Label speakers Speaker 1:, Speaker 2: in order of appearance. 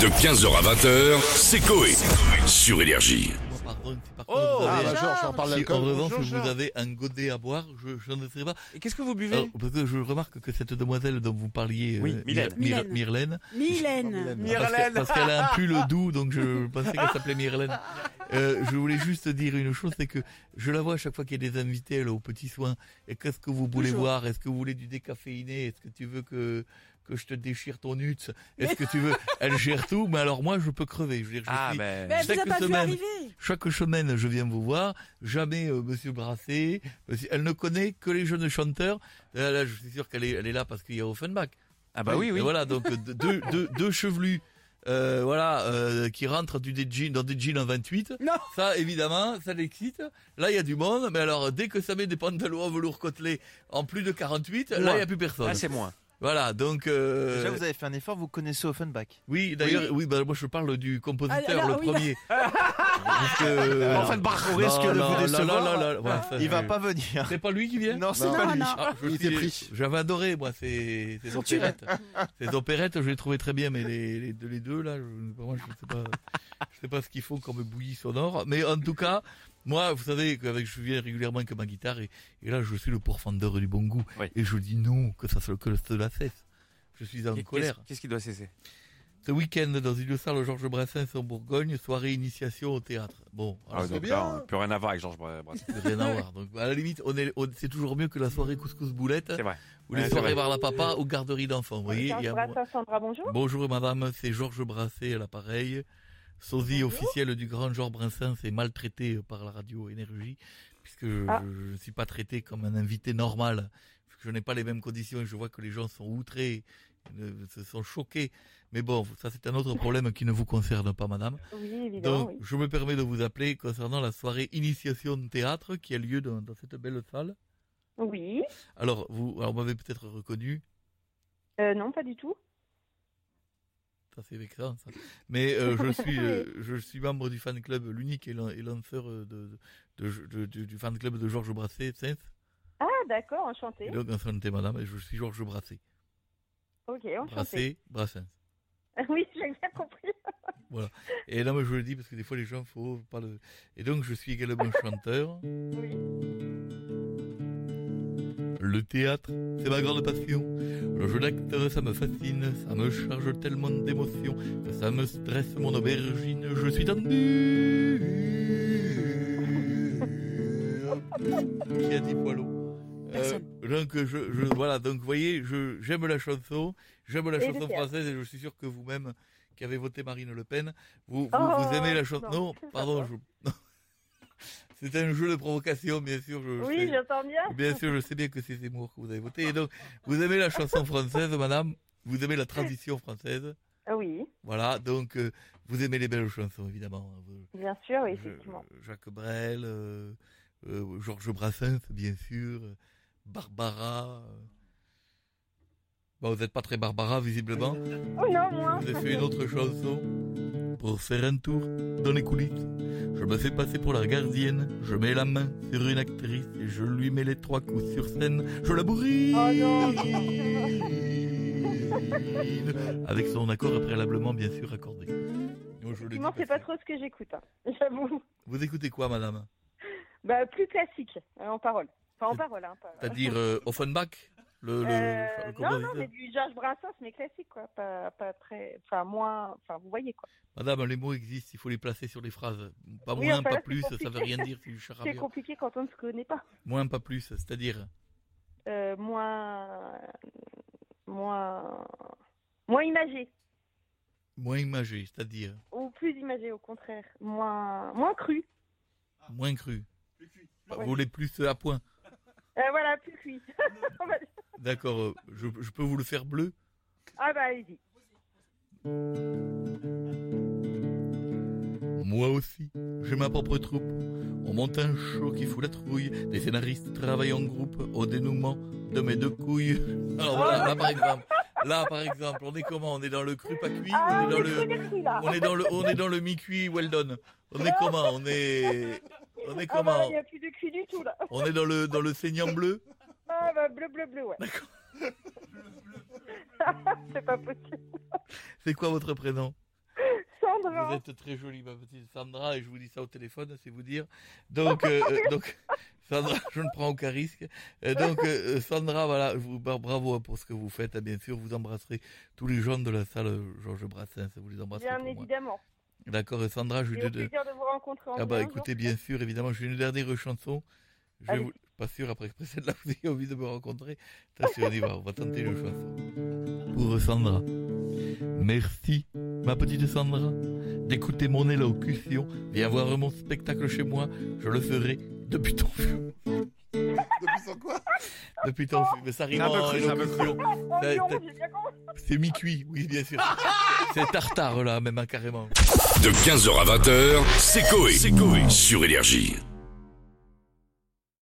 Speaker 1: De 15h à 20h, c'est Coé. Sur Énergie.
Speaker 2: Moi, par contre, si par
Speaker 3: Oh,
Speaker 2: contre vous
Speaker 3: ah,
Speaker 2: avez-
Speaker 3: bah, Georges, on parle
Speaker 2: si en
Speaker 3: d'alcool.
Speaker 2: revanche
Speaker 3: Bonjour,
Speaker 2: vous
Speaker 3: Georges.
Speaker 2: avez un godet à boire, je, je ne sais pas.
Speaker 4: Et qu'est-ce que vous buvez
Speaker 2: Alors, parce que je remarque que cette demoiselle dont vous parliez,
Speaker 4: Oui, Mylène.
Speaker 2: Myr-
Speaker 5: Mylène.
Speaker 2: Myrlène, parce
Speaker 5: Mylène.
Speaker 2: que- parce qu'elle a un pull doux, donc je pensais qu'elle s'appelait Myrlène. Euh, je voulais juste dire une chose, c'est que je la vois à chaque fois qu'il y a des invités, elle, au petit soin. Et qu'est-ce que vous voulez
Speaker 5: Toujours.
Speaker 2: voir Est-ce que vous voulez du décaféiné Est-ce que tu veux que que je te déchire ton nuts Est-ce que tu veux Elle gère tout, mais alors moi, je peux crever. Je veux dire, je
Speaker 4: Ah
Speaker 2: suis-
Speaker 4: ben,
Speaker 5: Mais elle vous a
Speaker 2: Chaque
Speaker 5: pas vu
Speaker 2: semaine.
Speaker 5: arriver.
Speaker 2: Chaque semaine, je viens vous voir. Jamais euh, Monsieur Brassé. Monsieur- Elle ne connaît que les jeunes chanteurs. Euh, Là, là, je suis sûr qu'elle est, elle est là parce qu'il y a Offenbach.
Speaker 4: ah bah oui
Speaker 2: Et
Speaker 4: oui.
Speaker 2: voilà, donc euh, deux, deux, deux, deux chevelus. euh, voilà, euh, qui rentrent du, des jeans, dans des jeans en 28.
Speaker 5: Non.
Speaker 2: Ça, évidemment, ça l'excite. Là, il y a du monde. Mais alors, dès que ça met des pantalons en velours côtelé en plus de 48, là, il n'y a plus personne.
Speaker 4: Là Ah, c'est moins.
Speaker 2: voilà, donc... euh,
Speaker 3: Déjà, vous avez fait un effort, vous connaissez Offenbach.
Speaker 2: Oui, d'ailleurs, oui, bah, moi, je parle du compositeur,
Speaker 5: Ah, là,
Speaker 2: le
Speaker 5: oui, là.
Speaker 2: premier. Parce que-
Speaker 3: au
Speaker 2: Non,
Speaker 3: risque de
Speaker 2: non,
Speaker 3: vous
Speaker 2: non,
Speaker 3: décevoir, Ah,
Speaker 2: non, non, non, ouais, ça,
Speaker 3: il va
Speaker 2: je-
Speaker 3: pas venir.
Speaker 2: C'est pas lui qui vient
Speaker 3: Non, c'est
Speaker 5: Non,
Speaker 3: pas lui.
Speaker 5: non.
Speaker 2: Ah, je
Speaker 3: Il
Speaker 2: suis-
Speaker 3: était pris.
Speaker 2: J'avais adoré, moi, ces, ces opérettes. Ces opérettes, je les trouvais très bien, mais les, les, deux- les deux, là, je, moi, je sais pas, je sais pas ce qu'ils font comme bouillie sonore. Mais en tout cas, moi, vous savez, qu'avec, je viens régulièrement avec ma guitare, et, et là, je suis le pourfendeur du bon goût.
Speaker 4: Oui.
Speaker 2: Et je dis non, que ça, se- que cela cesse. Je suis en
Speaker 4: Qu'est-
Speaker 2: colère.
Speaker 4: Qu'est-ce qu'est-ce qui doit cesser
Speaker 2: Ce week-end, dans une salle Georges Brassens en Bourgogne, soirée initiation au théâtre. Bon, alors,
Speaker 4: Ah, donc là, plus rien à voir avec Georges Bra- Brassens.
Speaker 2: rien à voir. Donc, à la limite, on est, on- c'est toujours mieux que la soirée couscous boulette.
Speaker 4: C'est vrai.
Speaker 2: Ou
Speaker 4: Ouais,
Speaker 2: les
Speaker 4: c'est
Speaker 2: soirées
Speaker 4: vrai.
Speaker 2: par la papa ou garderie d'enfants. Vous voyez, il y a-
Speaker 6: Sandra, bonjour.
Speaker 2: Bonjour madame, c'est Georges Brassé à l'appareil. Sosie officiel du grand Georges Brassens est maltraité par la radio Énergie, puisque je-
Speaker 6: Ah.
Speaker 2: je ne suis pas traité comme un invité normal. Je n'ai pas les mêmes conditions et je vois que les gens sont outrés, euh, se sont choqués. Mais bon, ça c'est un autre problème qui ne vous concerne pas madame.
Speaker 6: Oui, évidemment.
Speaker 2: Donc, je me permets de vous appeler concernant la soirée initiation de théâtre qui a lieu dans, dans cette belle salle.
Speaker 6: Oui. Oui.
Speaker 2: Alors, vous, alors, vous m'avez peut-être reconnu,
Speaker 6: Euh, non, pas du tout.
Speaker 2: ça c'est vexant, ça. Mais euh, je suis, euh, je suis membre du fan club, l'unique et lan- et lanceur euh, de, de, de- du- du fan club de Georges Brassé, Saints.
Speaker 6: Ah, d'accord, enchanté.
Speaker 2: Et donc, enchantée, madame, et je suis Georges Brassé.
Speaker 6: Ok, enchanté.
Speaker 2: Brassé, Brassens.
Speaker 6: Oui, j'ai bien compris.
Speaker 2: Et là, moi, je le dis parce que des fois, les gens, faut pas le. Et donc, je suis également chanteur.
Speaker 6: Oui.
Speaker 2: Le théâtre, c'est ma grande passion. Le jeu d'acteur, ça me fascine, ça me charge tellement d'émotions que ça me stresse mon aubergine. Je suis tendu. Qui a dit poilot Euh,
Speaker 5: Personne.
Speaker 2: donc je, je- voilà donc vous voyez je j'aime la chanson j'aime la
Speaker 6: Et le
Speaker 2: chanson
Speaker 6: théâtre.
Speaker 2: française et je suis sûr que vous-même qui avez voté Marine Le Pen vous vous,
Speaker 6: Oh,
Speaker 2: vous aimez la chanson non
Speaker 6: non,
Speaker 2: pardon je... c'est un jeu de provocation bien sûr je, sais.
Speaker 6: Oui, j'entends bien.
Speaker 2: Bien sûr, je sais bien que c'est Zemmour que vous avez voté. Et donc, vous aimez la chanson française, madame Vous aimez la tradition française
Speaker 6: Ah Oui,
Speaker 2: Voilà, donc euh, vous aimez les belles chansons, évidemment. hein, vous-
Speaker 6: bien sûr, oui,
Speaker 2: je-
Speaker 6: effectivement.
Speaker 2: Jacques Brel, euh, euh, Georges Brassens, bien sûr, euh, Barbara. euh. Bon, vous n'êtes pas très Barbara, visiblement.
Speaker 6: Oh non, moi.
Speaker 2: J'ai fait une autre chanson pour faire un tour dans les coulisses. Je me fais passer pour la gardienne. Je mets la main sur une actrice et je lui mets les trois coups sur scène. Je la bourrine
Speaker 6: Oh non.
Speaker 2: avec son accord préalablement bien sûr accordé. Non, je le dis
Speaker 6: Effectivement, c'est pas
Speaker 2: parce que-
Speaker 6: trop ce que j'écoute, hein, j'avoue.
Speaker 2: Vous écoutez quoi, madame
Speaker 6: Bah, plus classique, euh, en parole. Enfin, en
Speaker 2: C'est-
Speaker 6: parole, hein. Pas...
Speaker 2: C'est-à-dire euh, Offenbach, le, le-
Speaker 6: Euh,
Speaker 2: le
Speaker 6: non, non,
Speaker 2: compositeur
Speaker 6: mais du Georges Brassens, mais classique, quoi. Pas, pas très. Enfin, moins. Enfin, vous voyez, quoi.
Speaker 2: Madame, les mots existent, il faut les placer sur les phrases. Pas
Speaker 6: Oui,
Speaker 2: moins,
Speaker 6: enfin, là,
Speaker 2: pas
Speaker 6: c'est
Speaker 2: plus, ça
Speaker 6: compliqué.
Speaker 2: veut rien dire, c'est du charabia.
Speaker 6: C'est compliqué quand on ne se connaît pas.
Speaker 2: Moins, pas plus, c'est-à-dire
Speaker 6: euh, moins, moins, moins imagé
Speaker 2: moins imagé, c'est-à-dire
Speaker 6: ou plus imagé au contraire, moins, moins cru.
Speaker 2: moins cru.
Speaker 6: Ouais.
Speaker 2: Vous voulez plus à point.
Speaker 6: Euh, voilà, plus cuit.
Speaker 2: D'accord, euh, je, je peux vous le faire bleu
Speaker 6: ah bah allez-y.
Speaker 2: Moi aussi, j'ai ma propre troupe. On monte un show qui fout la trouille. Des scénaristes travaillent en groupe au dénouement de mes deux couilles. Alors voilà, là par exemple, là par exemple, on est comment On est dans le cru pas cuit
Speaker 6: Ah,
Speaker 2: On est dans le,
Speaker 6: plus cuit là.
Speaker 2: on est dans le, on est dans le mi-cuit well done. On est comment On est, on est
Speaker 6: Ah bah là,
Speaker 2: comment
Speaker 6: il n'y a plus de cul du tout là.
Speaker 2: On est dans le, dans le saignant bleu.
Speaker 6: Ah bah bleu bleu bleu ouais. C'est pas possible.
Speaker 2: C'est quoi votre prénom Vous
Speaker 6: Sandra.
Speaker 2: êtes très jolie, ma petite Sandra, et je vous dis ça au téléphone, c'est vous dire. Donc, euh, euh, donc Sandra, je ne prends aucun risque. Euh, donc, euh, Sandra, voilà, je vous, bra- bravo pour ce que vous faites. Et bien sûr, vous embrasserez tous les gens de la salle euh, Georges Brassens. Vous les embrasserez.
Speaker 6: Bien
Speaker 2: pour moi.
Speaker 6: évidemment.
Speaker 2: D'accord, euh, Sandra, je
Speaker 6: Et
Speaker 2: lui
Speaker 6: au
Speaker 2: donne.
Speaker 6: plaisir de vous rencontrer en
Speaker 2: Ah bah
Speaker 6: vrai un jour.
Speaker 2: écoutez, bien sûr, évidemment, j'ai une dernière chanson. Je vais
Speaker 6: Allez.
Speaker 2: vous... Pas sûr, après que celle-là, vous ayez envie de me rencontrer. T'as sûr, on y va, on va tenter une chanson. Pour Sandra. Merci, ma petite Sandra, d'écouter mon élocution. Viens voir mon spectacle chez moi, je le ferai depuis ton fion.
Speaker 5: Depuis son quoi
Speaker 2: Depuis ton fion. Mais ça rime
Speaker 4: C'est un peu
Speaker 2: en
Speaker 4: cru, c'est un peu cru.
Speaker 2: élocution.
Speaker 6: Oh,
Speaker 2: T'as-
Speaker 6: Lyon,
Speaker 2: t'as-
Speaker 6: j'ai bien compris.
Speaker 2: C'est mi-cuit, oui, bien sûr. C'est tartare, là, même, hein, carrément.
Speaker 1: De 15h à 20h, c'est Coé sur Énergie.